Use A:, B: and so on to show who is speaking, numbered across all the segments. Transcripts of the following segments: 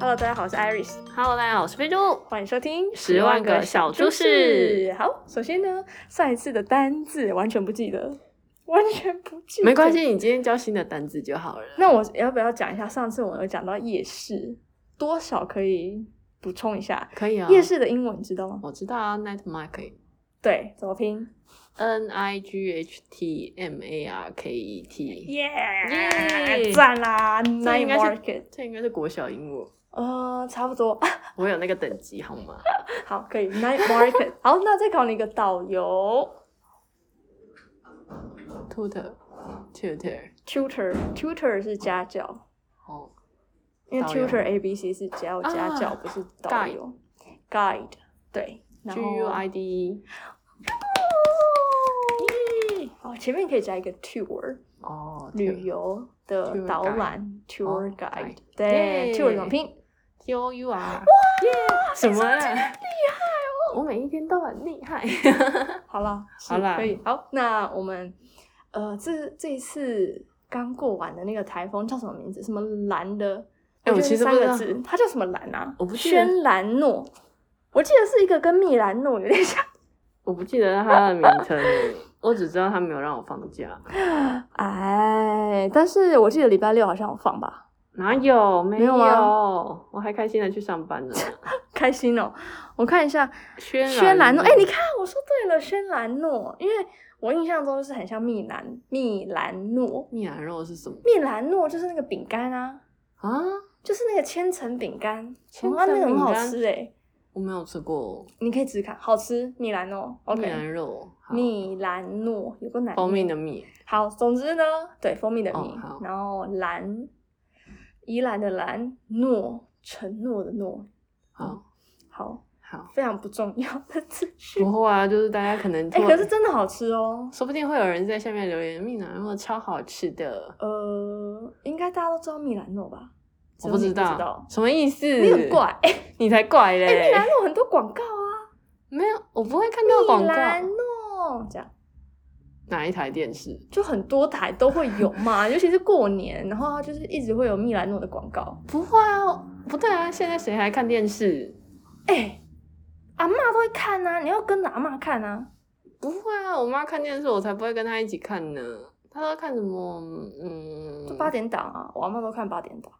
A: Hello，大家好，我是 Iris，
B: Hello，大家好，哦我是非洲。
A: 欢迎收听《
B: 10万个小猪事》。
A: 好，首先呢，上一次的单字完全不记得， 完全不记得，
B: 没关系，。你今天教新的单字就好了。
A: 那我要不要讲一下？上次我有讲到夜市，多少可以补充一下。
B: 可以啊，
A: 夜市的英文你知道吗？
B: 我知道啊，night market。
A: 对，怎么拼
B: N I G H T M A R K E T，
A: 耶
B: 耶
A: 赞啦！Night
B: 应该是
A: Market，
B: 这应该是国小英文，
A: 呃，差不多。
B: 我有那个等级好吗？
A: 好，可以 Night Market。好，那再考你一个导游
B: tutor tutor
A: ，tutor，tutor 是家教。
B: 哦，
A: 因为
B: 导游
A: tutor A B C 是教
B: 啊
A: 家教，不是导游。guide 对，然
B: g
A: 后
B: U I D E
A: 哦，前面可以加一个 tour
B: 哦，
A: 旅游的
B: Tour
A: 导览 tour
B: 哦
A: guide
B: guide
A: 对
B: 耶
A: tour 怎么拼？
B: T O U R，什么啊？厉害哦！我每一天都很厉害。
A: 好了，是
B: 好啦
A: 可以好。那我们呃，这这一次刚过完的那个台风叫什么名字？什么蓝的？
B: 哎我
A: 觉得
B: 其实
A: 三
B: 不知
A: 个
B: 道
A: 字，它叫什么蓝啊？
B: 我不记得
A: 轩兰诺，我记得是一个跟米兰诺有点像。
B: 我不记得它的名称了，我只知道它没有让我放假。
A: 哎，但是我记得礼拜六好像有放吧，
B: 哪有？没
A: 没有啊吗
B: 有我还开心的去上班 呢。
A: 开心哦！我看一下
B: 轩
A: 轩兰
B: 兰
A: 诺，哎、你看我说对了，轩兰诺，因为我印象中就是很像蜜兰蜜兰诺，
B: 蜜兰肉是什么
A: 蜜兰诺就是那个饼干啊，
B: 啊？
A: 就是那个千层饼干，
B: 千层
A: 哇那个很
B: 饼
A: 好
B: 干
A: 吃哎、
B: 我没有吃过
A: 你可以自己看，好吃，蜜兰诺
B: 蜜
A: ，OK，
B: 兰肉，好
A: 蜜兰诺有个难
B: 蜂蜜
A: 念
B: 的蜜，
A: 好，总之呢，对，蜂蜜的蜜，
B: 哦好
A: 然后蓝，宜兰的蓝，诺，承诺的诺，
B: 好
A: 好，
B: 好
A: 非常不重要的资讯。
B: 不会啊，就是大家可能
A: 哎、
B: 突
A: 可
B: 然
A: 是真的好吃哦。
B: 说不定会有人在下面留言，蜜兰肉超好吃的，
A: 呃，应该大家都知道米兰诺吧？
B: 我不
A: 只有
B: 知
A: 你知
B: 道
A: 道，
B: 什么意思？
A: 你很怪，哎、
B: 你才怪
A: 米兰
B: 嘞！
A: 诺很多广告啊，
B: 没有，我不会看到广
A: 米兰
B: 告，
A: 诺这样。
B: 哪一台电视？
A: 就很多台都会有嘛， 尤其是过年，然后它就是一直会有米兰诺的广告。
B: 不会啊，不对啊，现在谁还看电视？
A: 哎、阿嬷都会看啊，你要跟着阿嬷看啊。
B: 不会啊，我妈看电视，我才不会跟她一起看呢。她都看什么？嗯，
A: 就八点档啊，我阿妈都看八点档。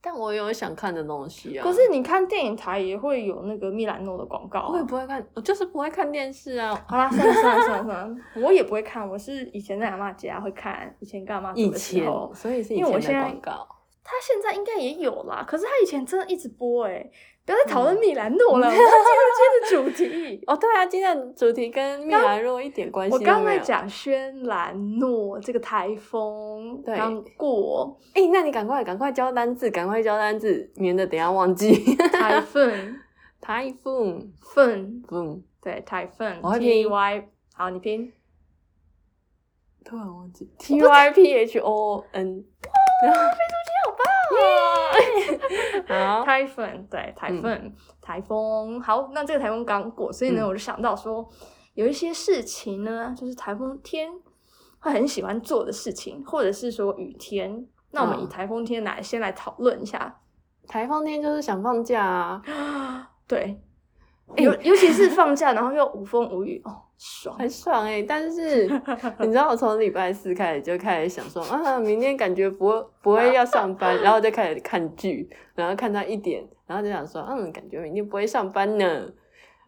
B: 但我有想看的东西啊。
A: 可是你看电影台也会有那个米兰诺的广告、
B: 我也
A: 啊。
B: 不会看，我就是不会看电视啊。
A: 好啦，算了算了算了算了，我也不会看，我是以前在阿妈家会看，以前跟阿妈住
B: 以
A: 的时
B: 前
A: 候，，
B: 所以是以
A: 因为我
B: 前
A: 现
B: 的
A: 在
B: 广告。
A: 他现在应该也有啦，可是他以前真的一直播哎、不要再讨论
B: 嗯
A: 米兰 诺了，我们要进入今天的主题。
B: 哦，对啊，今天的主题跟蜜兰若一点关系
A: 我
B: 都没有。
A: 刚刚在讲轩兰诺这个台风
B: 对
A: 刚过，
B: 哎、那你赶快赶快教单字，赶快教单字，免得等一下 忘记。
A: 台风
B: 台风，
A: 风
B: 风，
A: 对台风
B: 我会
A: T
B: 拼
A: Y，好你拼，
B: 突然忘记。T Y P H O N。哇，非洲鸡好棒、哦！
A: 台风，对，台
B: 嗯
A: 风，台风。好，那这个台风刚过，所以呢，
B: 嗯
A: 我就想到说，有一些事情呢，就是台风天会很喜欢做的事情，或者是说雨天。那我们以
B: 嗯
A: 台风天来先来讨论一下，
B: 好，台风天就是想放假啊，
A: 对，
B: 哎
A: 尤尤其是放假，然后又无风无雨，哦，爽。
B: 很爽哎、但是你知道，我从礼拜四开始就开始想说，啊，明天感觉不会不会要上班，然后就开始看剧，然后看到一点，然后就想说，嗯，感觉明天不会上班呢。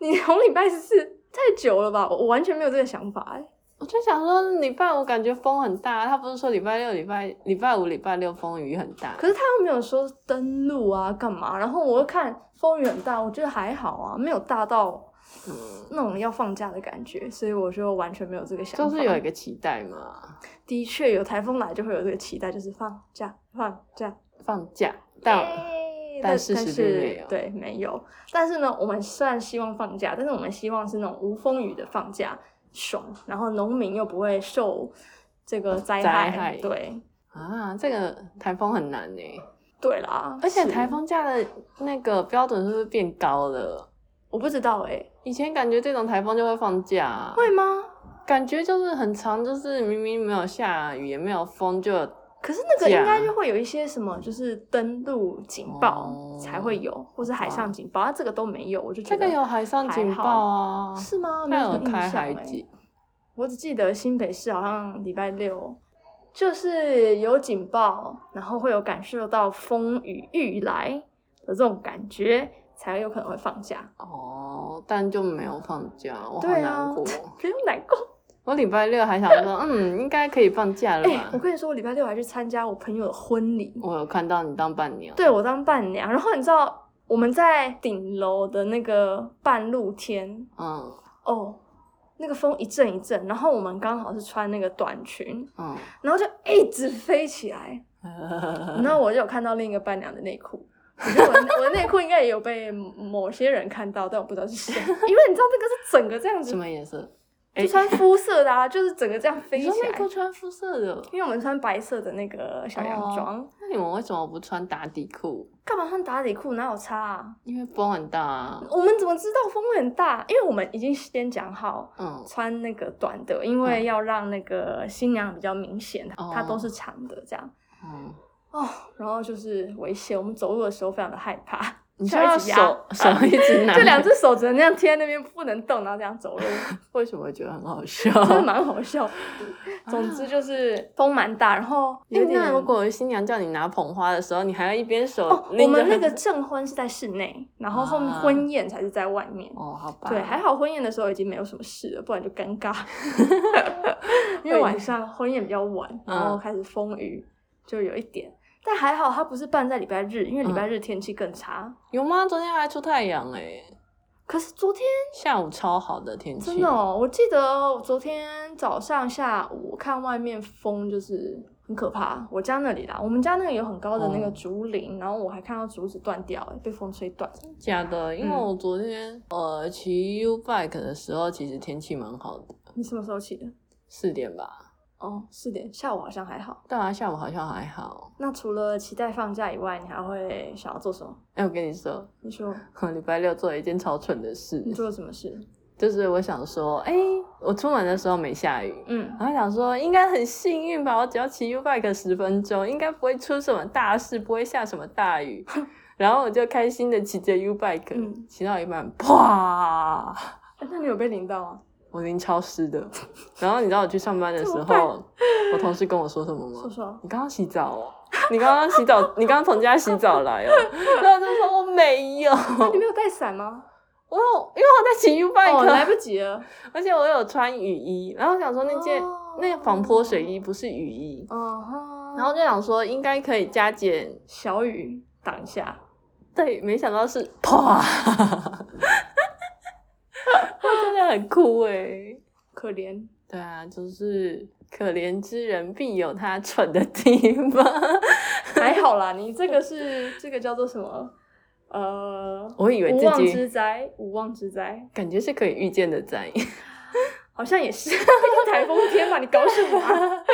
A: 你从礼拜四太久了吧？我我完全没有这个想法、哎，
B: 我就想说，礼拜五感觉风很大，他不是说礼拜六、礼拜礼拜五、礼拜六风雨很大，
A: 可是他又没有说登陆啊，干嘛？然后我又看风雨很大，我觉得还好啊，没有大到
B: 嗯，
A: 那种要放假的感觉，所以我就完全没有这个想法。
B: 就是有一个期待嘛，
A: 的确有台风来就会有这个期待，就是放假放假。
B: 放假到
A: 耶
B: 但
A: 但
B: 事实
A: 但
B: 并没
A: 是
B: 有
A: 对没有，但是呢，我们虽然希望放假，但是我们希望是那种无风雨的放假，爽，然后农民又不会受这个灾
B: 灾害
A: 对
B: 啊，这个台风很难呢、
A: 对啦，
B: 而且
A: 是
B: 台风假的那个标准是不是变高了？
A: 我不知道哎、
B: 以前感觉这种台风就会放假、啊
A: 会吗？
B: 感觉就是很长，就是明明没有下雨也没有风，就有啊
A: 可可是那个应该
B: 假
A: 就会有一些什么，就是登陆警报
B: 哦
A: 才会有，或是海上警报，啊，这个都没有，我就觉
B: 这个
A: 得
B: 有海上警报啊，
A: 是吗？没
B: 它
A: 有
B: 有
A: 什么印
B: 开
A: 象
B: 海
A: 欸
B: 警，
A: 我只记得新北市好像礼拜六就是有警报，然后会有感受到风雨欲来的这种感觉，才有可能会放假。
B: 哦，但就没有放假，哦我好
A: 对啊
B: 难过。
A: 不用难过。
B: 我礼拜六还想 说，嗯，应该可以放假了
A: 哎、
B: 吧
A: 我？跟你说，我礼拜六还去参加我朋友的婚礼，
B: 我有看到你当伴娘，
A: 对我当伴娘。然后你知道我们在顶楼的那个半露天
B: 嗯
A: 哦，那个风一阵一阵，然后我们刚好是穿那个短裙，
B: 嗯，
A: 然后就一直飞起来。然后我就有看到另一个伴娘的内裤。我觉得我的我的内裤应该也有被某些人看到，但我不知道是谁， 因为你知道这个是整个这样
B: 什
A: 子，
B: 么颜色？
A: 就穿肤色的啊，就是整个这样飞
B: 哎你
A: 起
B: 说内
A: 来
B: 裤。穿肤色的，
A: 因为我们穿白色的那个小洋
B: 哦
A: 装，
B: 那你们为什么不穿打底裤？
A: 干嘛穿打底裤？哪有差啊？
B: 因为风很大啊。
A: 我们怎么知道风会很大？因为我们已经先讲好
B: 嗯，
A: 穿那个短的，因为要让那个新娘比较明显，
B: 哦
A: 她都是长的这样。
B: 嗯，
A: 哦，然后就是危险，我们走路的时候非常的害 怕，
B: 你就
A: 就要
B: 要
A: 一直压
B: 手手一 直拿，
A: 就两只手只能那样贴在那边不能动，然后这样走路，
B: 为什么我觉得很好 笑？
A: 真的蛮好 笑的。总之就是风蛮大，然后
B: 因
A: 有
B: 为
A: 点
B: 哎那如果新娘叫你拿捧花的时候，你还要一边
A: 哦
B: 手，
A: 我
B: 拎着
A: 们那
B: 她
A: 个证婚是在室内，然后后面
B: 啊
A: 婚宴才是在外面。
B: 哦，好吧，
A: 对，还好婚宴的时候已经没有什么事了，不然就尴 尬。因为晚上婚宴比较晚，然
B: 嗯
A: 后开始风雨，就有一点。但还好它不是办在礼拜日，因为礼
B: 嗯
A: 拜日天气更差。
B: 有吗？昨天还出太阳哎、
A: 可是昨天
B: 下午超好的天气，
A: 真的、哦，我记得我昨天早上、下午我看外面风就是很可怕。我家那里啦，我们家那个有很高的那个
B: 哦
A: 竹林，然后我还看到竹子断掉、欸，被风吹断。
B: 假的。因为
A: 嗯
B: 我昨天、呃骑 U bike 的时候，其实天气蛮好的，
A: 你什么时候起的？
B: 四点吧。
A: 哦，四点，下午好像还好。
B: 对啊，下午好像还好。
A: 那除了期待放假以外，你还会想要做什么？
B: 哎、我跟你说，
A: 你说
B: 我礼拜六做了一件超蠢的事
A: 你，做了什么事？
B: 就是我想说，哎、我出门的时候没下雨，
A: 嗯，
B: 然后想说应该很幸运吧，我只要骑 U bike 十分钟，应该不会出什么大事，不会下什么大 雨。然后我就开心的骑着 U bike，、
A: 嗯
B: 骑到一半，啪！
A: 哎那你有被淋到吗？
B: 我淋超湿 的。然后你知道我去上班的时
A: 怎么办
B: 候，我同事跟我说什么吗
A: 说？说，
B: 你刚刚洗澡哦，你刚刚洗澡，你刚刚从家洗澡来 哦。然后我就说我没有，
A: 你没有带伞吗？
B: 我有，因为我在骑 U
A: 哦，来
B: bike，、啊
A: 不及了。
B: 而且我有穿雨衣。然后我想 说那件、
A: 哦
B: 那个防泼水衣不是雨衣，
A: 嗯哼，
B: 然后就想说应该可以加减，
A: 小雨挡一下，
B: 对，没想到是 啪，我真的很酷哎、
A: 可 怜。
B: 对啊，就是可怜之人必有他蠢的地方。
A: 还好啦，你这个是这个叫做什么？呃，
B: 我以为
A: 无
B: 自
A: 妄
B: 己
A: 之灾，无妄之灾，
B: 感觉是可以预见 的灾，
A: 好像也 是那个台风天嘛，你搞什么啊、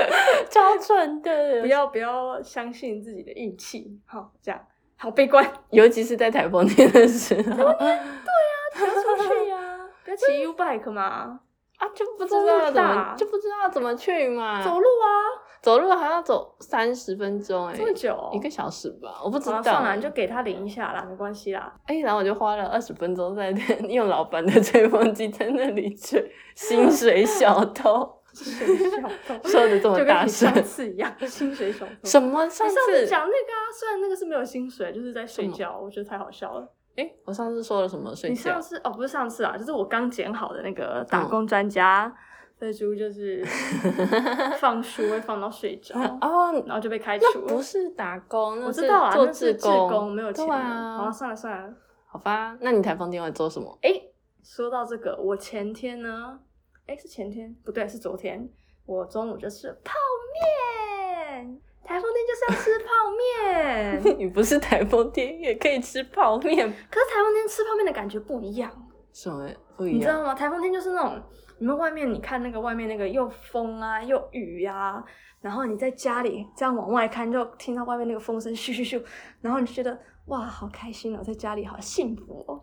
B: 超蠢
A: 不
B: 的，
A: 要不要相信自己的运气，好，这样好悲观，
B: 尤其是在台风天的时
A: 啊
B: 候
A: 不要出去呀、不要骑 U bike 嘛，
B: 啊，就不知
A: 风那
B: 道
A: 么
B: 怎
A: 大
B: 么就不知道怎么去嘛，
A: 走路啊，
B: 走路还要走三十分钟哎、
A: 这么久、
B: 一个小时吧，我不知
A: 好
B: 道
A: 啦，
B: 欸。
A: 算了，你就给他淋一下啦，没关系啦。
B: 哎、然后我就花了二十分钟在那 用老板的吹风机在那里吹，薪水小偷
A: 薪水小偷，
B: 说的这么
A: 就跟
B: 大
A: 你
B: 声
A: 上，次一样，薪水小偷。
B: 什么上
A: 你上次
B: 次？
A: 讲那个啊，虽然那个是没有薪水，就是在睡觉，我觉得太好笑了。
B: 哎、我上次说了什么睡
A: 你上
B: 觉？
A: 次哦，不是上次啊，就是我刚剪好的那个打工专家，飞猪就是 放书会放到睡着，
B: 哦，
A: 然后就被开除
B: 那不
A: 了。
B: 是打工，那
A: 我
B: 是
A: 知道啊，
B: 做
A: 那是
B: 工，
A: 工，没有钱
B: 对
A: 的。
B: 啊。
A: 好，算了算了，
B: 好吧，那你台风天会做什么？
A: 哎，说到这个，我前天呢，哎是前天不对，是昨天，我中午就吃了泡面。台风天就是要吃泡面，
B: 你不是台风天也可以吃泡面，
A: 可是台风天吃泡面的感觉不一样，
B: 什么不一
A: 你知
B: 样？
A: 道吗？台风天就是那种，你们外面你看那个外面那个又风啊又雨啊，然后你在家里这样往外看，就听到外面那个风声咻咻咻，然后你就觉得哇好开心哦，在家里好幸福哦，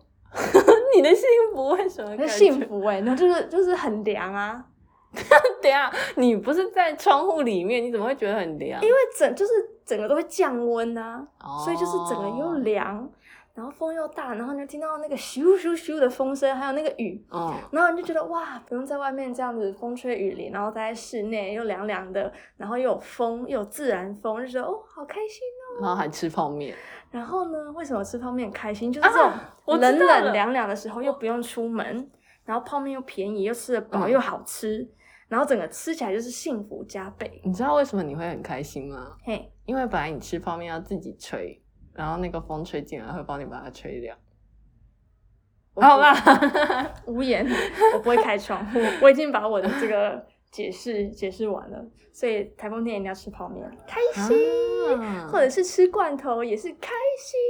B: 你的幸福为什么
A: 很欸
B: 感觉？
A: 幸福哎、然后就是就是很凉啊，
B: 等一下，你不是在窗户里面，你怎么会觉得很凉？
A: 因为整就是整个都会降温啊，
B: 哦
A: 所以就是整个又凉，然后风又大，然后你就听到那个咻咻咻的风声，还有那个雨，
B: 嗯，
A: 然后你就觉得哇，不用在外面这样子风吹雨淋，然后在室内又凉凉的，然后又有风，又有自然风，就觉得哦，好开心哦。
B: 然后还吃泡面。
A: 然后呢，为什么吃泡面很开心？就是这
B: 啊我
A: 种
B: 知道
A: 冷冷
B: 了
A: 凉凉的时候，又不用出门，然后泡面又便宜，又吃得饱，
B: 嗯
A: 又好吃，然后整个吃起来就是幸福加倍。
B: 你知道为什么你会很开心吗？
A: 嘿，
B: 因为本来你吃泡面要自己吹，然后那个风吹进来会帮你把它吹掉。
A: 我
B: 好啦，
A: 无言，我不会开窗户， 我已经把我的这个解释解释完了，所以台风天一定要吃泡面，开心。
B: 啊
A: 或者是吃罐头也是开心，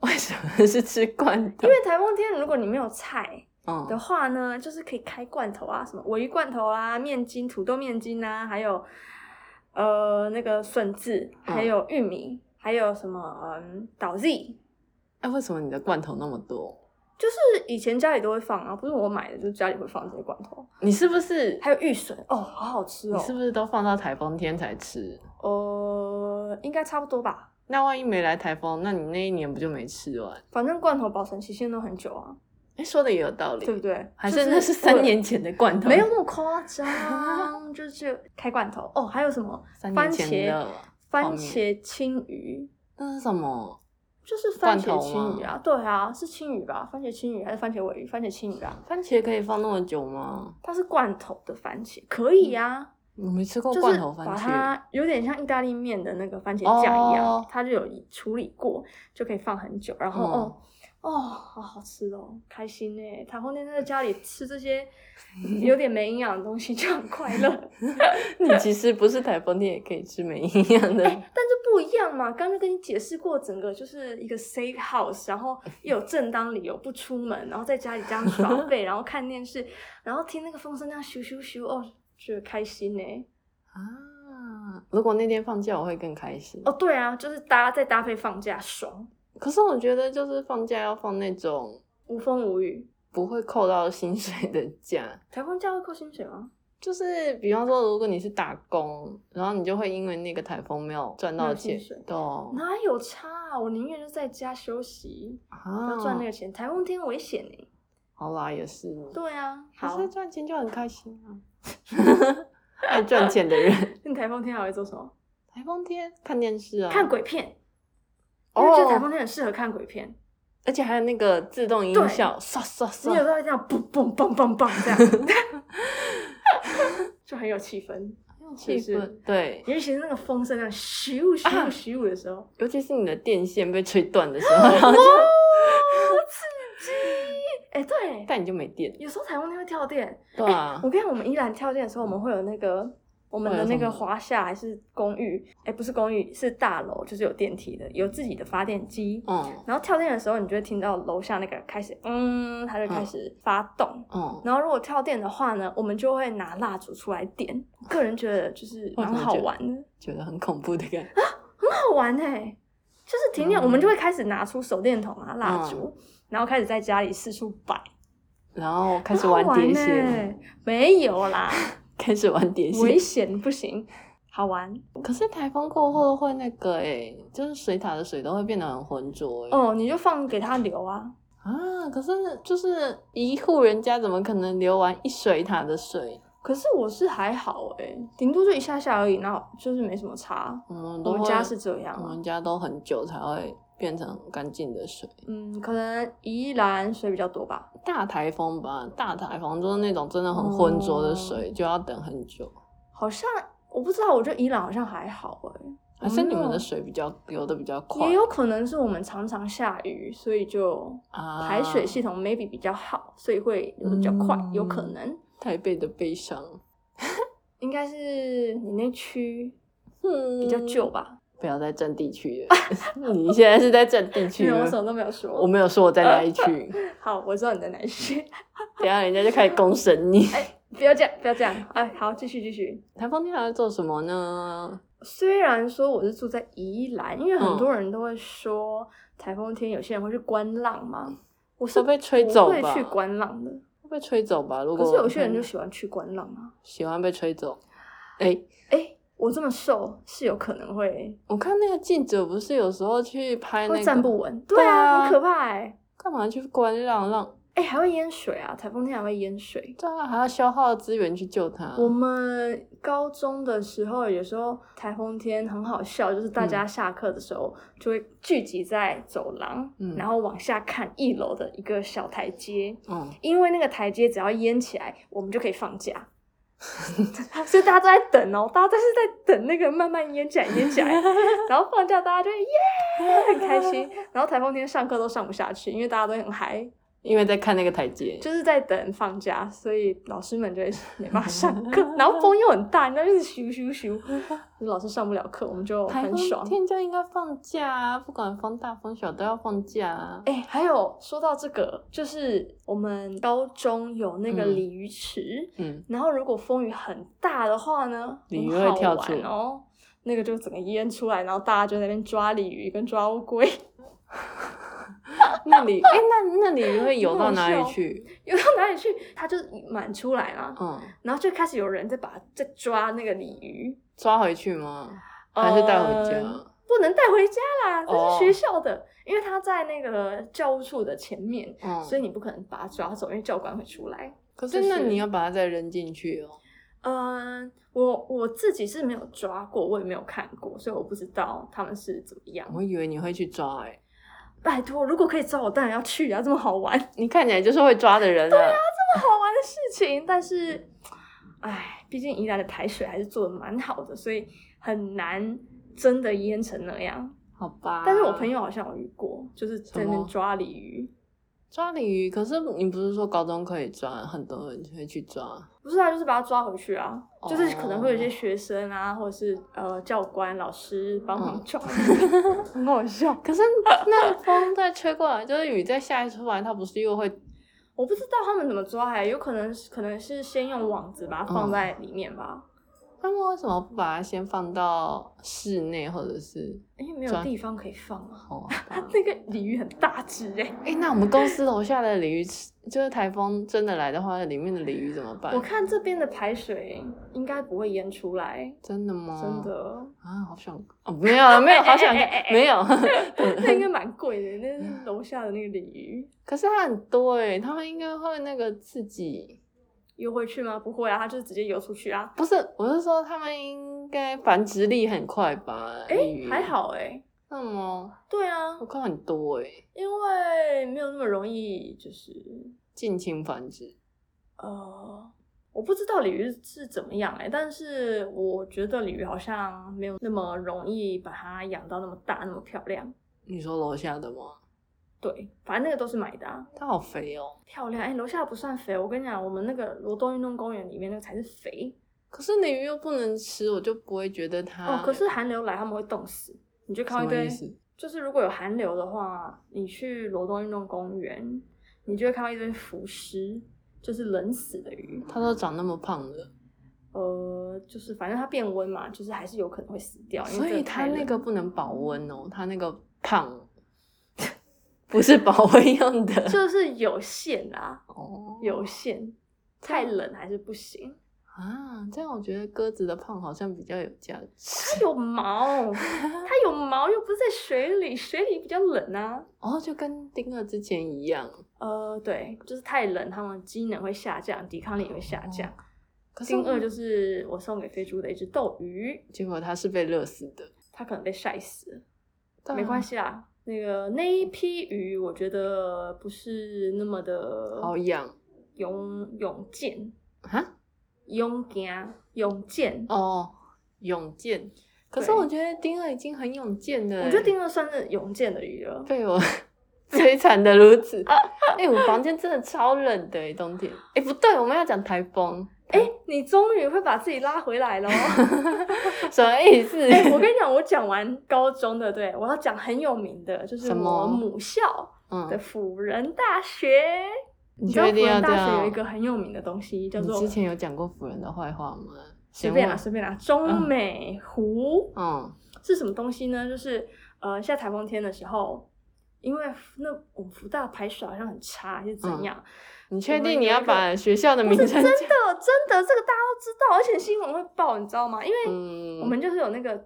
B: 为什么是吃罐
A: 因
B: 头？
A: 为台风天如果你没有菜的
B: 嗯，
A: 话呢，就是可以开罐头啊，什么鲔鱼罐头啊、面筋、土豆面筋啊，还有呃那个笋子，
B: 嗯
A: 还有玉米，还有什么嗯岛 Z，
B: 哎，为什么你的罐头那么多？
A: 就是以前家里都会放啊，不是我买的，就是家里会放这些罐头，
B: 你是不是？
A: 还有玉笋哦，好好吃
B: 你
A: 哦，
B: 是不是都放到台风天才吃？
A: 呃应该差不多吧，
B: 那万一没来台风，那你那一年不就没吃完？
A: 反正罐头保存期限都很久啊，
B: 哎，说的也有道理
A: 对，不对？
B: 还
A: 就是
B: 那是三年前的罐头，
A: 没有 那么夸张，就是开罐头哦，还有什么
B: 三
A: 番
B: 年前
A: 茄
B: 的
A: 番茄青鱼，
B: 那是什么？
A: 就是番
B: 罐
A: 茄
B: 头吗
A: 青鱼啊，对啊，是青鱼吧？番茄青鱼还是番茄尾鱼？番茄青鱼啊，
B: 番茄可以放那么久吗？
A: 它是罐头的番茄，可以啊，
B: 我没吃过
A: 就
B: 罐
A: 是
B: 头番
A: 把
B: 茄，
A: 它有点像意大利面的那个番茄酱一样，
B: 哦
A: 它就有处理过，就可以放很久，然后、
B: 嗯
A: 哦。哦，好好吃哦，开心呢！台风天在家里吃这些有点没营养的东西就很快乐。
B: 你其实不是台风天也可以吃没营养 的。
A: 但这不一样嘛，刚刚跟你解释过，整个就是一个 safe house，然后又有正当理由不出门，然后在家里这样 耍废，然后看电视，然后听那个风声那样咻咻咻，哦，觉得开心呢、
B: 啊，如果那天放假，我会更开心。
A: 哦，对啊，就是搭再搭配放假爽，
B: 可是我觉得就是放假要放那种
A: 无风无雨。
B: 不会扣到薪水的假，
A: 台风假会扣薪水吗？
B: 就是比方说，如果你是打工，然后你就会因为那个台风没有赚
A: 没
B: 到
A: 有薪
B: 钱
A: 水，
B: 对哦
A: 哪有差啊！我宁愿就在家休息，不
B: 啊
A: 要赚那个钱。台风天危险呢、
B: 好啦，也是，
A: 对啊，
B: 可
A: 好
B: 是，赚钱就很开心 啊，爱赚钱的人，
A: 那你台风天还会做什么？
B: 台风天看电视啊，
A: 看鬼片，因
B: 哦
A: 为觉得台风天很适合看鬼片。
B: 而且还有那个自动音效，刷刷
A: 你有时
B: 刷，
A: 候会这样嘣嘣嘣嘣嘣这样， 就很有气氛。
B: 气
A: 是不是
B: 氛对，
A: 尤其是那个风声那样咻咻
B: 啊
A: 咻的时候，
B: 尤其是你的电线被吹断的时 候，然后就
A: 哎、对，
B: 但你就没电，
A: 有时候台风天会跳电。
B: 对 啊
A: 我，跟你讲，我们依然跳电的时候，我们会有那个我们的那个华夏还是公寓，哎、不是公寓，是大楼，就是有电梯的，有自己的发电机。
B: 嗯
A: 然后跳电的时候，你就会听到楼下那个开始，嗯，它就开始发动。
B: 嗯，
A: 然后如果跳电的话呢，我们就会拿蜡烛出来点。我个人觉得就是蛮好玩的，
B: 觉得很恐怖的感觉，
A: 很好玩哎、就是停电，
B: 嗯
A: 我们就会开始拿出手电筒啊、蜡烛，然后开始在家里四处摆，
B: 然后开
A: 开
B: 始玩碟
A: 哎、
B: 仙，
A: 没有啦，
B: 开始玩碟
A: 危
B: 仙。
A: 险不行，好玩
B: 可是台风过后会那个哎、就是水塔的水都会变得很浑浊哎、
A: 哦，你就放给它流啊。
B: 啊，可是就是一户人家怎么可能流完一水塔的水？
A: 可是我是还好哎、顶多就一下下而已，然后就是没什么差。
B: 我们
A: 我
B: 嗯都
A: 们
B: 会
A: 家是这样啊，
B: 我们家都很久才会变成干净的水。
A: 嗯，可能宜兰水比较多吧。
B: 大台风吧，大台风就是那种真的很浑浊的
A: 哦
B: 水，就要等很久。
A: 好像我不知道，我觉得伊朗好像还好哎、
B: 还是你们的水比较流的比较快，
A: 也有可能是我们常常下雨，所以就
B: 啊
A: 排水系统 maybe 比较好，所以会流得比较快，
B: 嗯
A: 有可能
B: 台北的悲伤，
A: 应该是你那区
B: 嗯
A: 比较旧。吧？
B: 不要再占地区了， 你现在是在占地
A: 因
B: 区
A: 为我
B: 吗
A: 什？么都没有说。
B: 我没有说我在哪 一区，
A: 好，我知道你在哪一区。
B: 等一下人家就开始公审你。
A: 不要这样，不要这 样。哎，好，继续继续。
B: 台风天还要做什么呢？
A: 虽然说我是住在宜兰，因为很
B: 嗯
A: 多人都会说台风天，有些人会去观浪嘛。我是
B: 都被吹走
A: 不会
B: 吧
A: 去观浪的，
B: 被吹走吧？如
A: 可
B: 果
A: 是有些人就
B: 嗯
A: 喜欢去观浪啊。
B: 喜欢被 吹走。哎、
A: 哎，我这么瘦是有可能会
B: 我看那个记者不是有时候去拍那
A: 会
B: 个
A: 站不稳，
B: 对
A: 对啊，
B: 啊
A: 很可怕哎。
B: 干嘛去观浪浪？
A: 哎，还会淹水啊！台风天还会淹水。
B: 对啊，还要消耗资源去救他。
A: 我们高中的时候，有时候台风天很好笑，就是大家下课的时候就会聚集在走廊，
B: 嗯
A: 然后往下看一楼的一个小台阶，
B: 嗯，
A: 因为那个台阶只要淹起来，我们就可以放假。所以大家都在等哦，大家都是在等那个慢慢淹起来，淹起来，然后放假大家就会耶很开心，然后台风天上课都上不下去，因为大家都很嗨，
B: 因为在看那个台阶，
A: 就是在等放假，所以老师们就会没办法上 课，然后风又很大，那就是咻咻咻，老师上不了课，我们就
B: 台
A: 很
B: 风
A: 爽。
B: 天就应该放假啊，不管风大风小都要放假啊。
A: 哎、还有说到这个，就是我们高中有那个
B: 嗯
A: 鲤鱼池，
B: 嗯，
A: 然后如果风雨很大的话呢，
B: 鲤鱼
A: 很好
B: 会跳出
A: 玩哦，那个就整个淹出来，然后大家就在那边抓鲤鱼跟抓乌 龟，
B: 那里哎、那那里会游到哪
A: 很
B: 里
A: 好笑
B: 去？
A: 游到哪里去，它就满出来啦，
B: 嗯，
A: 然后就开始有人在把在抓那个鲤鱼，
B: 抓回去吗？还是带回家？
A: 呃不能带回家啦，
B: 哦
A: 这是学校的，因为它在那个教务处的前面，
B: 嗯，
A: 所以你不可能把它抓走，因为教官会出来。
B: 可
A: 就是是
B: 那你要把它再扔进去哦。
A: 嗯，我我自己是没有抓过，我也没有看过，所以我不知道他们是怎么样。
B: 我以为你会去抓哎、
A: 拜托，如果可以抓，我当然要去啊，这么好玩， 这
B: 你看起来就是会抓的人啊。
A: 么好玩的事情。但是，唉，毕竟宜兰的排水还是做的蛮好的，所以很难真的淹成那样。
B: 好吧。
A: 但是我朋友好像有遇过，就是在那
B: 什
A: 边
B: 么
A: 抓鲤鱼。
B: 抓鲤鱼，可是你不是说高中可以抓，很多人会去抓。
A: 不是啊，就是把他抓回去啊，
B: 哦
A: 就是可能会有一些学生啊，或者是呃教官、老师帮忙
B: 嗯
A: 抓，很好笑。
B: 可是那风再吹过来， 就是雨再下出来，它不是又会
A: 我不知道他们怎么抓、欸，有可能是可能是先用网子把它
B: 嗯
A: 放在里面吧，
B: 他们为什么不把它先放到室内，或者是
A: 因为没有
B: 抓嗯
A: 地方可以放啊。
B: 好吧？
A: 那个鲤鱼很大只哎、
B: 哎、那我们公司楼下的鲤鱼池，就是台风真的来的话，里面的鲤鱼怎么办
A: 我？看这边的排水应该不会淹出来，
B: 真的吗？
A: 真的，
B: 啊，好想哦，没有了，没有，好想
A: 哎
B: 看
A: 哎哎哎，
B: 没有。
A: 那应该蛮贵的，那是楼下的那个鲤鱼。
B: 可是它很多哎，他们应该会那个自己，
A: 游回去吗？不会啊，它就是直接游出去啊。
B: 不是，我是说他们应该繁殖力很快吧？
A: 哎、
B: 鲤鱼
A: 还，好哎、
B: 那么
A: 对啊
B: 我，看很多哎，
A: 因为没有那么容易，就是
B: 近亲繁殖。
A: 呃，我不知道鲤鱼是怎么样哎、但是我觉得鲤鱼好像没有那么容易把它养到那么大、那么漂亮。
B: 你说楼下的吗？
A: 对，反正那个都是买的、啊，
B: 它好肥哦。
A: 漂亮哎、楼下不算肥，我跟你讲，我们那个罗东运动公园里面那个才是肥、
B: 可是鲤鱼又不能吃，我就不会觉得它。
A: 哦。可是寒流来，他们会冻死，你就看
B: 啊什
A: 到一
B: 么
A: 堆
B: 意思？
A: 就是如果有寒流的话，你去罗东运动公园，你就会看到一堆浮尸，就是冷死的鱼。
B: 它都长那么胖了，
A: 呃，就是反正它变温嘛，就是还是有可能会死掉。因
B: 所
A: 为真
B: 以
A: 的太
B: 它
A: 冷嗯
B: 那个不能保温哦，它那个胖不是保温用的。
A: 就是有限啊，
B: 哦，
A: 有限，太冷还是不行。
B: 啊，这样我觉得鸽子的胖好像比较有价值。
A: 它有 毛，它有毛又不是在水里，水里比较冷啊。
B: 哦，就跟丁二之前一样。
A: 呃，对，就是太冷，它们机能会下降，抵抗力也会下降。
B: 哦可是，
A: 丁二就是是我送给飞猪的一只斗鱼，
B: 结果它是被热死的。
A: 它可能被晒死了。
B: 对啊
A: 没关，系啦。那个那一批鱼，我觉得不是那么的
B: 好养
A: 勇勇健、
B: 啊。
A: 勇敢、勇健。
B: 哦，勇健。可是
A: 对
B: 我觉得丁二已经很勇健了欸。
A: 我觉得丁二算是勇健的鱼了。
B: 被我 摧残的如 此。哎、我房间真的超冷的、欸，冬天。哎、不对，我们要讲台风，
A: 哎、你终于会把自己拉回来了。
B: 什么意思？
A: 哎、我跟你讲，我讲完高中的，对我要讲很有名的，就是
B: 什么
A: 我母校的
B: 嗯，
A: 辅仁大学。
B: 哦你
A: 知道
B: 确
A: 辅
B: 定要
A: 仁
B: 这
A: 大学
B: 样？
A: 有一个很有名的东西，叫
B: 你
A: 做
B: 之前有讲过辅仁的坏话吗？
A: 随
B: 行
A: 便啦啊
B: 我
A: 随便啦，中美湖。
B: 嗯
A: 是什么东西呢？就是呃，现在台风天的时候，因为那我们福大排水好像很差，还是怎
B: 嗯
A: 样？
B: 你确
A: 我们
B: 定你
A: 有
B: 要
A: 一个
B: 把学校的
A: 不
B: 名
A: 是
B: 称
A: 真
B: 讲？
A: 的，真的，这个大家都知道，而且新闻会报，你知道吗？因为
B: 嗯，
A: 欸我们就是有那个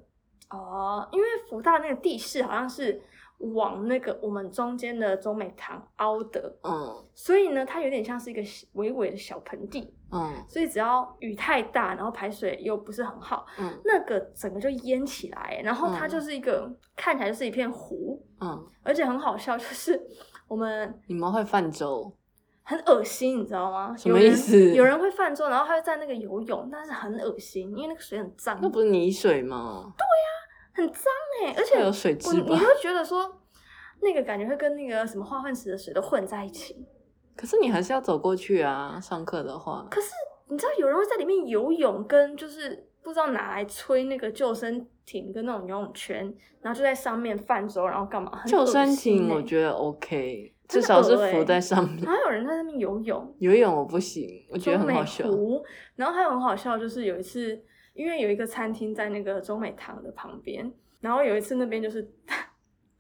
A: 哦、因为福大那个地势好像是往那个我们中间的中美堂凹的，
B: 嗯
A: 所以呢，它有点像是一个小微微的小盆地，
B: 嗯
A: 所以只要雨太大，然后排水又不是很好，
B: 嗯
A: 那个整个就淹起来，然后它
B: 嗯
A: 就是一个、看起来就是一片湖，
B: 嗯，
A: 而且很好笑，就是我们
B: 你们会泛舟，
A: 很恶心，你知道吗？
B: 什么意思
A: 有人有人会泛舟，然后他会在那个游泳，但是很恶心，因为那个水很脏，
B: 那不是泥水吗？
A: 很脏哎、而且
B: 会有水
A: 我
B: 质
A: 你
B: 吧？
A: 会觉得说，那个感觉会跟那个什么化粪池的水都混在一起。
B: 可是你还是要走过去啊，上课的话，
A: 可是你知道有人会在里面游泳，跟就是不知道哪来吹那个救生艇跟那种游泳圈，然后就在上面泛舟，然后干嘛？很
B: 救
A: 恶
B: 生
A: 心
B: 艇
A: 欸
B: 我觉得 OK，
A: 真
B: 至
A: 的
B: 少是
A: 恶欸
B: 浮在上面。
A: 还有人在那边游泳，
B: 游泳我不行，我觉得
A: 中
B: 很
A: 美
B: 好笑。
A: 湖，然后还有很好笑，就是有一次，因为有一个餐厅在那个中美堂的旁边，然后有一次那边就是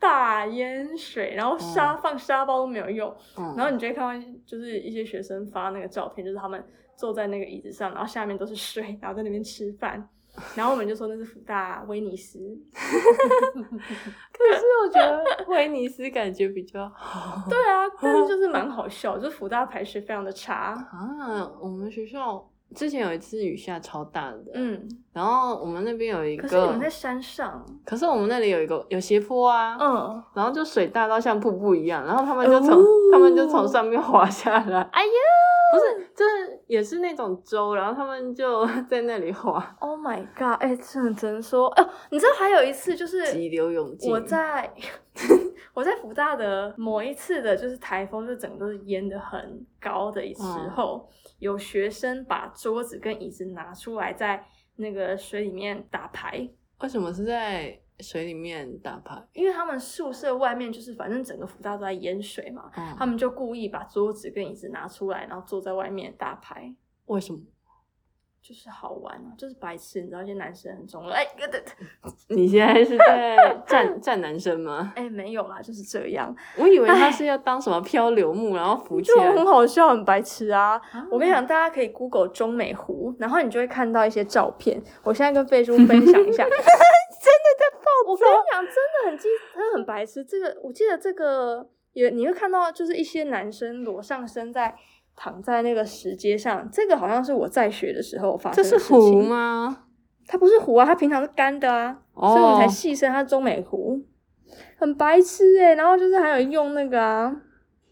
A: 大淹水，然后
B: 哦
A: 沙、放沙包都没有用，
B: 嗯，
A: 然后你就会看到就是一些学生发那个照片，就是他们坐在那个椅子上，然后下面都是水，然后在那边吃饭，然后我们就说那是福大威尼 斯，
B: 可是我觉得威尼斯感觉比较 好
A: 对啊，但是 就是蛮好笑，就是福大排水非常的差，
B: 啊。我们学校之前有一次雨下超大的，
A: 嗯，
B: 然后我们那边有一
A: 可
B: 个，
A: 是你们在山上，
B: 可是我们那里有一个有斜坡啊，
A: 嗯。
B: 然后就水大到像瀑布一样，然后他们就从、
A: 哦
B: 他们就从上面滑下来，
A: 哎呀，
B: 不是，就是也是那种舟，然后他们就 在那里滑，
A: Oh my god！哎、这只能说，哦、你知道还有一次就是
B: 急流勇进。
A: 我在 我在福大的某一次的，就是台风，就整个都是淹的很高的时候，有学生把桌子跟椅子拿出来，在那个水里面打牌，
B: 为什么是在水里面打牌？
A: 因为他们宿舍外面就是反正整个福大都在淹水嘛，
B: 嗯，
A: 他们就故意把桌子跟椅子拿出来，然后坐在外面打牌。
B: 为什么？
A: 就是好玩啊，就是白痴，你知道，一些男生很中二。哎、对对对
B: 你现在是在 站站男生吗？
A: 哎，没有啦，就是这样。
B: 我以为他是要当什么漂流木，然后浮起
A: 就
B: 来。
A: 很好笑，很白痴啊！
B: 啊
A: 我跟你，讲，大家可以 Google 中美湖，然后你就会看到一些照片。我现在跟飞猪分享 一下，真的在爆我跟你讲，真的很鸡，真的很白痴。这个我记得这个有，你会看到就是一些男生裸上身在躺在那个石阶上，这个好像是我在学的时候发
B: 这
A: 生的
B: 是
A: 事情。
B: 湖？吗？
A: 它不是湖啊，它平常是干的啊。
B: 哦
A: 所以我们才戏称它是中美湖，很白痴哎、然后就是还有用那个啊，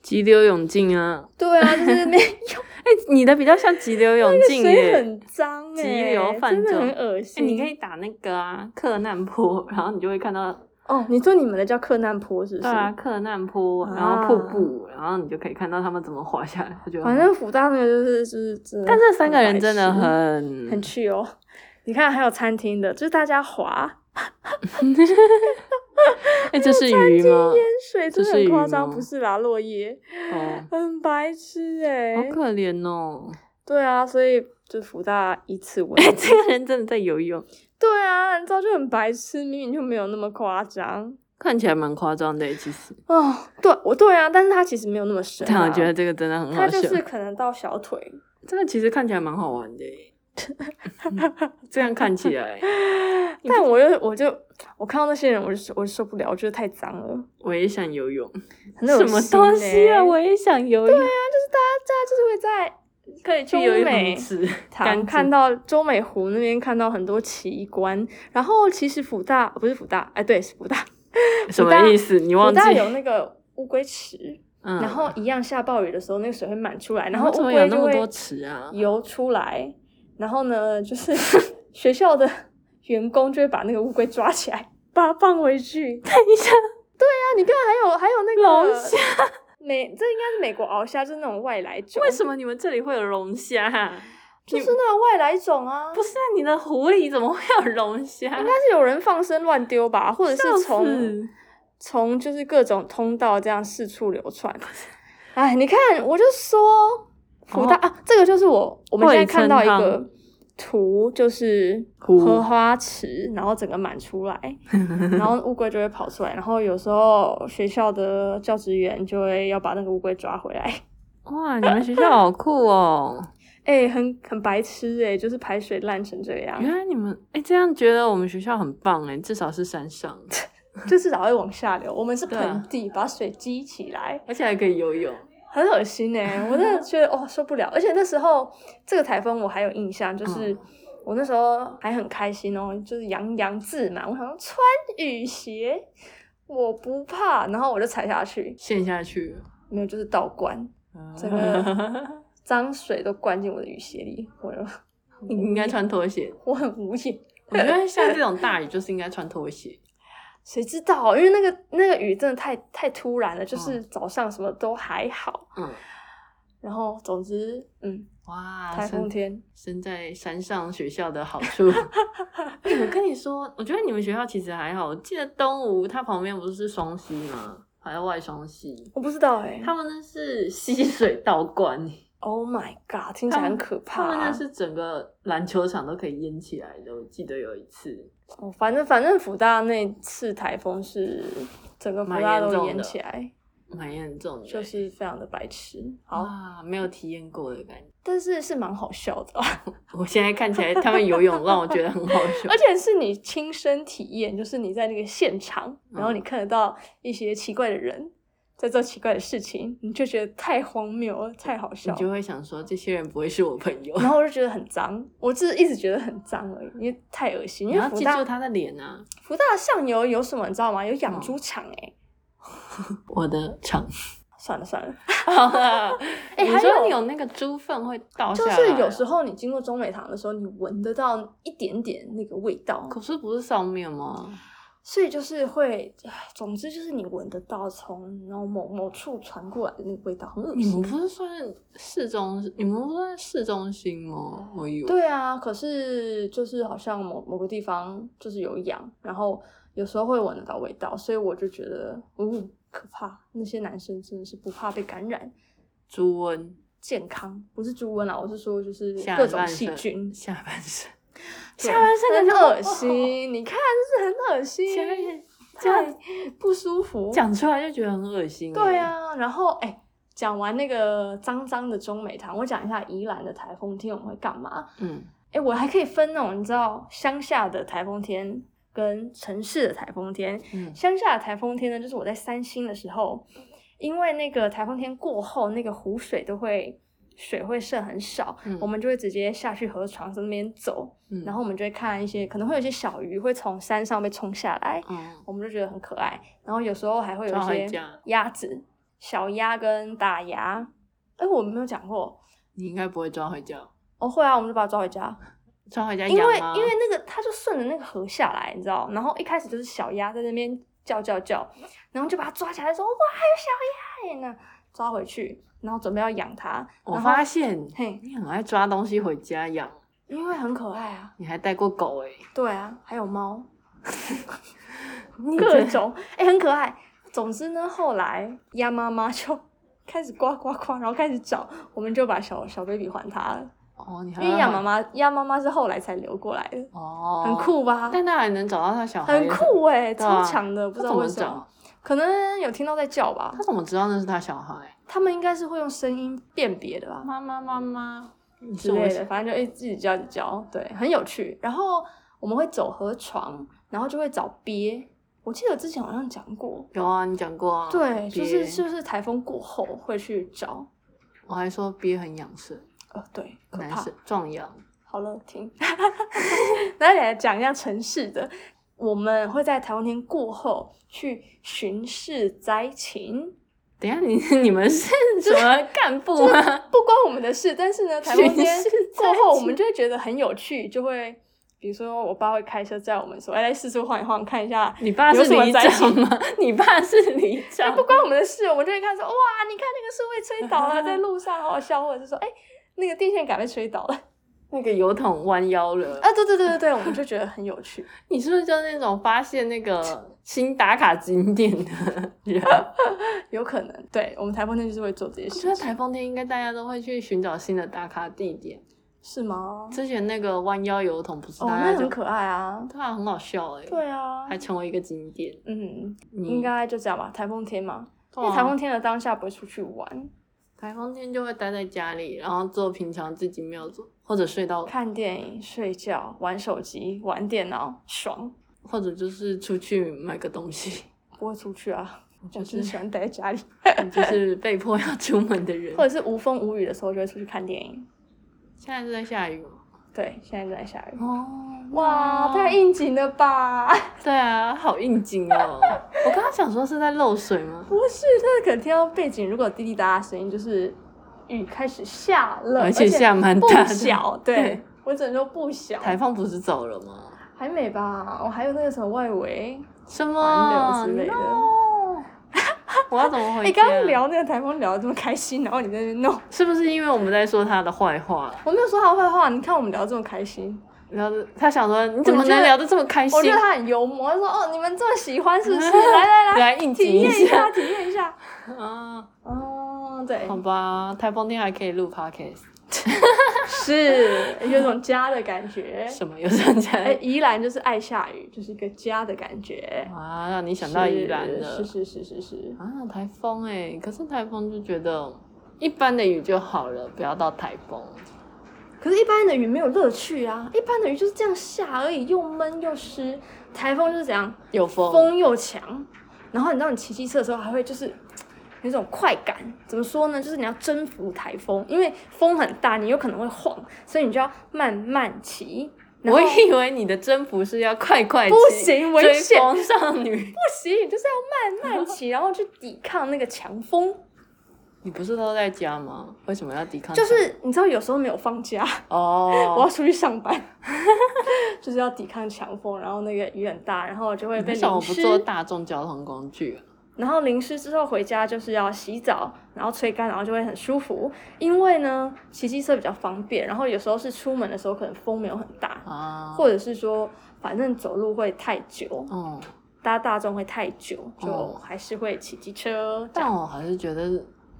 B: 急流勇进啊！
A: 对啊，就是那
B: 哎、你的比较像急 流勇进
A: 水
B: 耶、
A: 很脏哎、
B: 急流泛
A: 真的
B: 舟
A: 很恶
B: 哎
A: 心。
B: 你可以打那个啊，克难坡，然后你就会看到，
A: 哦，你说你们的叫克难坡是不是？
B: 对啊，克难坡，然后瀑布，然后你就可以看到他们怎么滑下来。我觉得很
A: 反正福大那个就是就是真的
B: 但这三个人真的
A: 白痴
B: 很
A: 很去哦。你看还有餐厅的，就是大家滑
B: 哎、这是鱼吗？
A: 淹水，真的
B: 这是
A: 很
B: 鱼
A: 夸张，
B: 吗
A: 不是啦，落叶
B: 哦，
A: 很白痴哎、
B: 好可怜哦！
A: 对啊，所以就福大以此为
B: 哎、这个人真的在游泳，
A: 对啊，你知道就很白痴，明明就没有那么夸张。
B: 看起来蛮夸张的耶，欸其实。
A: 哦，对，我对啊，但是它其实没有那么深、啊。
B: 但我觉得这个真的很
A: 它
B: 好笑，
A: 就是可能到小腿。
B: 这个其实看起来蛮好玩 的耶。这样看起来
A: 但我又我就我看到那些人，我就我就受不了，我觉得太脏了，
B: 我也想游泳，
A: 很恶
B: 什
A: 心、
B: 么东西啊？我也想游泳，
A: 啊就是大家就是会在可以
B: 去游
A: 中
B: 泳
A: 美
B: 池。
A: 堂看到中美湖那边看到很多奇观，然后其实福大不是福大，哎，对，是福大，
B: 什
A: 大
B: 么意思？你
A: 福
B: 忘记？
A: 大有那个乌龟池，
B: 嗯
A: 然后一样下暴雨的时候，那个水会满出来，然后
B: 然后
A: 乌
B: 怎么
A: 龟
B: 有那
A: 就
B: 么
A: 会
B: 多池啊？
A: 游出来，然后呢，就是 学校的 员工就会把那个乌龟抓起来， 把它放回去。
B: 等 一下，
A: 那你看，还有还有那
B: 龙
A: 个
B: 虾，
A: 美，这应该是美国鳌虾，就是那种外来种。
B: 为什么你们这里会有龙虾？
A: 就是那种外来种啊，
B: 不是啊，你的湖里怎么会有龙虾？
A: 应该是有人放生乱丢吧，或者
B: 笑
A: 是从
B: 死
A: 从就是各种通道这样四处流传。
B: 哦
A: 哎，你看，我就说福大、啊，这个就是我我们
B: 惠
A: 现在看
B: 称
A: 到一
B: 汤
A: 个，图就是
B: 湖
A: 荷花池，然后整个满出 来，然后乌龟就会跑出来，然后有时候学校的教职员就会要把那个乌龟抓回来，
B: 哇，你们学校好酷哦！
A: 哎、很很白痴哎、就是排水烂成这样，
B: 原来你们哎、这样觉得我们学校很棒哎，至少是山上，
A: 就至少会往下流。我们是
B: 对啊
A: 盆地，把水激起来，
B: 而且还可以游泳。
A: 很恶心哎、 我真的觉得哦受不了。而且那时候这个台风我还有印象，就是。嗯我那时候还很开心哦，就是洋洋自满。我想说穿雨鞋，我不怕，然后我就踩下去，
B: 陷下去了，
A: 没有就是倒灌，这个脏水都灌进我的雨鞋里，我就
B: 你 应该穿拖鞋。
A: 我很无言。
B: 我觉得像这种大雨就是应该穿 拖鞋。
A: 谁知道？因为那个那个雨真的太太突然了，就是早上什么都还好，
B: 嗯，
A: 然后总之，嗯，
B: 哇，
A: 台风
B: 身
A: 天，
B: 身在山上学校的好处。 哎我跟你说，我觉得你们学校其实还好。我记得东吴它旁边不是双溪吗？还有外双溪，
A: 我不知道哎、
B: 他们那是溪水倒灌，
A: Oh my god，听起来很可怕、
B: 他们
A: 啊
B: 那。是整个篮球场都可以淹起来的。我记得有一次，
A: 哦，反正反正福大那次台风是整个福
B: 蛮
A: 大
B: 严
A: 都
B: 重
A: 淹
B: 的
A: 起来，
B: 蛮严重的，
A: 就是非常的白痴。好，
B: 啊，没有体验过的感觉。
A: 但是是蛮好笑的啊，
B: 我现在看起来他们游泳让我觉得很好笑
A: 而。且是你亲身体验，就是你在那个现场，
B: 嗯
A: 然后你看得到一些奇怪的人在做奇怪的事情，你就觉得太荒谬了，太好 笑
B: 你
A: 了。
B: 就会想说，这些人不会是我朋友。
A: 然后我就觉得很脏，我只是一直觉得很脏而已，因为太恶心。
B: 你
A: 因为
B: 要
A: 福
B: 记
A: 大
B: 住他的脸啊！
A: 福大上游有什么你知道吗？有养猪场哎、
B: 我的场，
A: 算了算了，
B: 好了，
A: 哎
B: 你
A: 还有
B: 说有那个猪粪会倒下
A: 就
B: 来啊，
A: 是有时候你经过中美堂的时候，你闻得到一点点那个味道，
B: 可是不是上面吗？
A: 所以就是会，唉总之就是你闻得到从然后某某处传过来的那个味道，很恶
B: 你们
A: 心。
B: 不是算市中，你们不是算市中心吗？我以为
A: 对啊，可是就是好像某某个地方就是有痒，然后有时候会闻得到味道，所以我就觉得，嗯，可怕。那些男生真的是不怕被感染，
B: 猪瘟
A: 健康不是猪瘟啦，我是说就是
B: 下
A: 各种
B: 半
A: 细
B: 身
A: 菌。
B: 下半身，
A: 对
B: 下半身感觉
A: 很
B: 好
A: 恶心，你看是不是很恶心，
B: 下半身
A: 太不舒服。
B: 讲出来就觉得很恶心。
A: 对，啊，然后哎。讲完那个脏脏的中美堂，我讲一下宜兰的台风天我们会干嘛。
B: 嗯，
A: 哎，我还可以分那种你知道乡下的台风天跟城市的台风天。
B: 嗯
A: 乡下的台风天呢，就是我在三星的时候，因为那个台风天过后，那个湖水都会水会剩很少，
B: 嗯
A: 我们就会直接下去河床在那边走，
B: 嗯
A: 然后我们就会看一些可能会有一些小鱼会从山上被冲下来，
B: 嗯，
A: 我们就觉得很可爱。然后有时候还会有一
B: 抓回
A: 些
B: 家
A: 鸭子、小鸭跟大鸭。哎，我没有讲过
B: 你应该不会抓回家，
A: 哦，会啊，我们就把它抓回家。
B: 抓回家
A: 因
B: 养
A: 为
B: 吗？
A: 因为那个它就顺着那个河下来，你知道，然后一开始就是小鸭在那边叫叫叫，然后就把它抓起来说哇还有小鸭耶呢，抓回去，然后准备要养它，
B: 我
A: 然后
B: 发现
A: 嘿，
B: 你很爱抓东西回家养，
A: 因为很可爱啊，
B: 你还带过狗哎、
A: 对啊，还有 猫，
B: 你
A: 各
B: 真
A: 种哎、很可爱。总之呢，后来鸭妈妈就 开始呱呱呱，然后开始找，我们就把小小 baby 还它了，
B: 哦，你还
A: 因为
B: 会
A: 鸭
B: 还
A: 妈妈鸭妈妈是后来才流过来的，
B: 哦，
A: 很，酷吧？
B: 但他还能找到他小孩，
A: 很酷哎、
B: 对
A: 超
B: 啊
A: 强的，不知
B: 他怎
A: 道
B: 么
A: 为什么
B: 找？。
A: 可能有听到在叫吧
B: 他，怎么知道那是他小孩？
A: 他们应该是会用声音辨别的吧
B: 妈妈妈妈，你
A: 之类的，反正就一自己叫自己叫，对，很有趣。然后我们会走河床，然后就会找鳖，我记得之前好像讲过，
B: 有啊，你讲过啊。
A: 对，
B: 鳖
A: 就是就是台风过后会去找，
B: 我还说鳖很养生，
A: 呃，对，可
B: 男
A: 怕
B: 生。壮阳。
A: 好了，停。 那来讲一下城市的，我们会在台风天过后去巡视灾情。
B: 等一下，你 你们是什么干部吗？
A: 不关我们的事，但是呢，台风
B: 巡
A: 天
B: 视
A: 过
B: 在
A: 后，我
B: 即
A: 们就会觉得很有趣，就会比如说我爸会开车载我们说，哎，来四处晃一晃，看一 下。
B: 你爸是
A: 有什么
B: 里
A: 灾
B: 长吗？ 你爸是里
A: 但
B: 长
A: 不？关我们的事，我们就会看说，哇，你看那个树被吹倒啊了，在路上好好笑，或者是说，哎，那个电线杆被吹倒了，
B: 那个油桶弯腰了。哎
A: 啊，对对对对对，我们就觉得很有趣。
B: 你是不是就是那种发现那个新打卡景点的 人？
A: 有可能，哦对我们台风天就是会做这些
B: 我
A: 事情。
B: 觉得台风天应该大家都会去寻找新的打卡地点。
A: 是吗？
B: 之前那个弯腰油桶不是
A: 哦，
B: 大家
A: 那
B: 就、
A: 很可爱啊。
B: 对啊，很好笑哎、
A: 对啊
B: 还，成为一个景点。
A: 嗯，
B: 你
A: 应该就这样吧。台风天嘛，因
B: 对啊
A: 为台风天的当下不会出去玩，
B: 台风天就会待在家里，然后做平常自己没有做，或者睡到，
A: 看电影、睡觉、玩手机、玩电脑，爽。
B: 或者就是出去买个东西，
A: 不会出去啊，我
B: 就
A: 就是
B: 是
A: 喜欢待在 家里，
B: 就是被迫要出门的人
A: 或。者是无风无雨的时候就会出去看电影。
B: 现在是在下雨吗？
A: 对，现在正在下雨。
B: 哦，
A: 哇，太应景了吧！
B: 对啊，好应景哦！ 我刚刚想说是在漏水吗？
A: 不是，但是可能听到背景如果有滴滴答答的声音，就是雨开始下了，
B: 而且下蛮
A: 不
B: 大的
A: 小，对
B: 对
A: 我只能说不小，
B: 台风不是走了吗？
A: 还没吧？我还有那个什么外围，
B: 什
A: 环
B: 么
A: 流之类的
B: No！我要怎么回家？
A: 你哎刚刚聊那个台风聊得这么开心，然后你在那边弄，
B: 是不是因为我们在说他的坏话？
A: 我没有说他坏话，你看我们聊得这么开心，
B: 然后他想说你怎么
A: 我觉
B: 能
A: 得
B: 聊得这么开心
A: 我觉？得他很幽默，他说哦，你们这么喜欢是不 是？来来来，
B: 来应景
A: 体验一
B: 下
A: 下，体验一下。
B: 啊！
A: 哦，对
B: 好，吧，台风天还可以录 podcast，
A: 是有种家的感 觉。
B: 什么有参加？
A: 哎，宜兰就是爱下雨，就是一个家的感觉。
B: 啊，让你想到宜兰了
A: 是是是是是，
B: 啊，台风哎、可是台风就觉得一般的雨就好了，不要到台风。
A: 可是，一般的雨没有乐趣啊！一般的雨就是这样下而已，又闷又湿。台风就是怎样，
B: 有风，
A: 风又强，然后你知道你骑机车的时候还会就是嘖有一种快感。怎么说呢？就是你要征服台风，因为风很大，你有可能会晃，所以你就要慢慢骑。然
B: 我
A: 后
B: 以为你的征服是要快快
A: 不
B: 骑
A: 行危
B: 追
A: 险
B: 风少 女。
A: 不行，你就是要慢慢骑，然后去抵抗那个强 风。
B: 你不是都在家吗？为什么要抵抗
A: 就
B: 强？
A: 是你知道，有时候没有放假，我
B: 哦
A: 要，出去上班， 就是要抵抗强风，然后那个雨很大，然后我就会
B: 你
A: 被
B: 为什么
A: 淋
B: 不坐
A: 湿，
B: 大众交通工具、啊？
A: 然后淋湿之后回家就是要洗澡，然后吹干，然后就会很舒服。因为呢，骑机车比较方便，然后有时候是出门的时候可能风没有很大，
B: 啊，
A: 或者是说反正走路会太久，
B: 嗯，
A: 搭大众会太久，就
B: 哦
A: 还是会骑机车这样。
B: 但我还是觉得，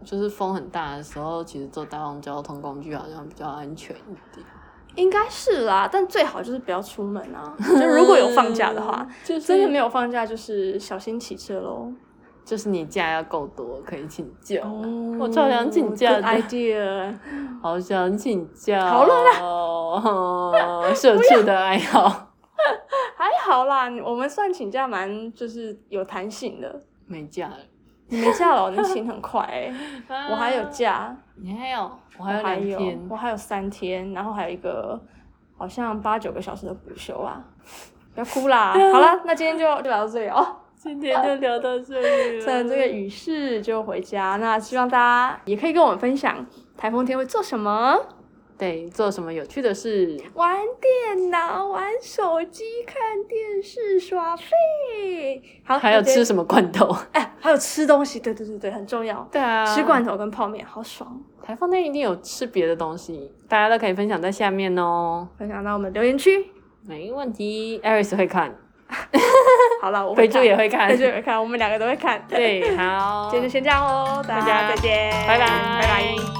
B: 就是风很大的时候，其实坐大众交通工具好像比较安全一点。
A: 应该是啦，但最好就是不要出门 啊。就如果有放假的话，，
B: 就是
A: 真的没有放假就是小心骑车喽。
B: 就是你假要够多，可以请假。
A: 哦
B: 我超想请假的
A: good idea，
B: 好想请假、
A: 好了啊
B: 啦， 社畜的爱 好，
A: 还好啦，我们算请假蛮就是有弹性的。
B: 没假了。
A: 你没假了，你请很快 哎、我还有，假，
B: 你还有，啊
A: 我
B: 我还有
A: 啊还
B: 两
A: 有
B: 天
A: 我，还有三天，然后还有一个好像八九个小时的补休 啊。不要哭 啦！好啦，那今天就就聊到这里哦。
B: 今天就聊到这里了。
A: 在这个雨势就回家。那希望大家也可以跟我们分享台风天会做什么，
B: 对做什么有趣的事？
A: 玩电脑、玩手机、看电视、耍废。好，
B: 还有吃
A: 么？
B: 什么罐头？
A: 哎，还有吃东西，对对对对，很重要。
B: 对啊，
A: 吃罐头跟泡面，好爽！
B: 台风天一定有吃别的东西，大家都可以分享在下面哦。
A: 分享到我们留言区。
B: 没问题，Iris 会看，
A: 好了，我会
B: 肥
A: 看
B: 猪也，会看
A: 飞。猪也会看，我们两个都会看。，
B: 对，好，
A: 今天就先这样喽，大
B: 大
A: 家
B: 家
A: 再见，
B: 拜拜，
A: 拜拜。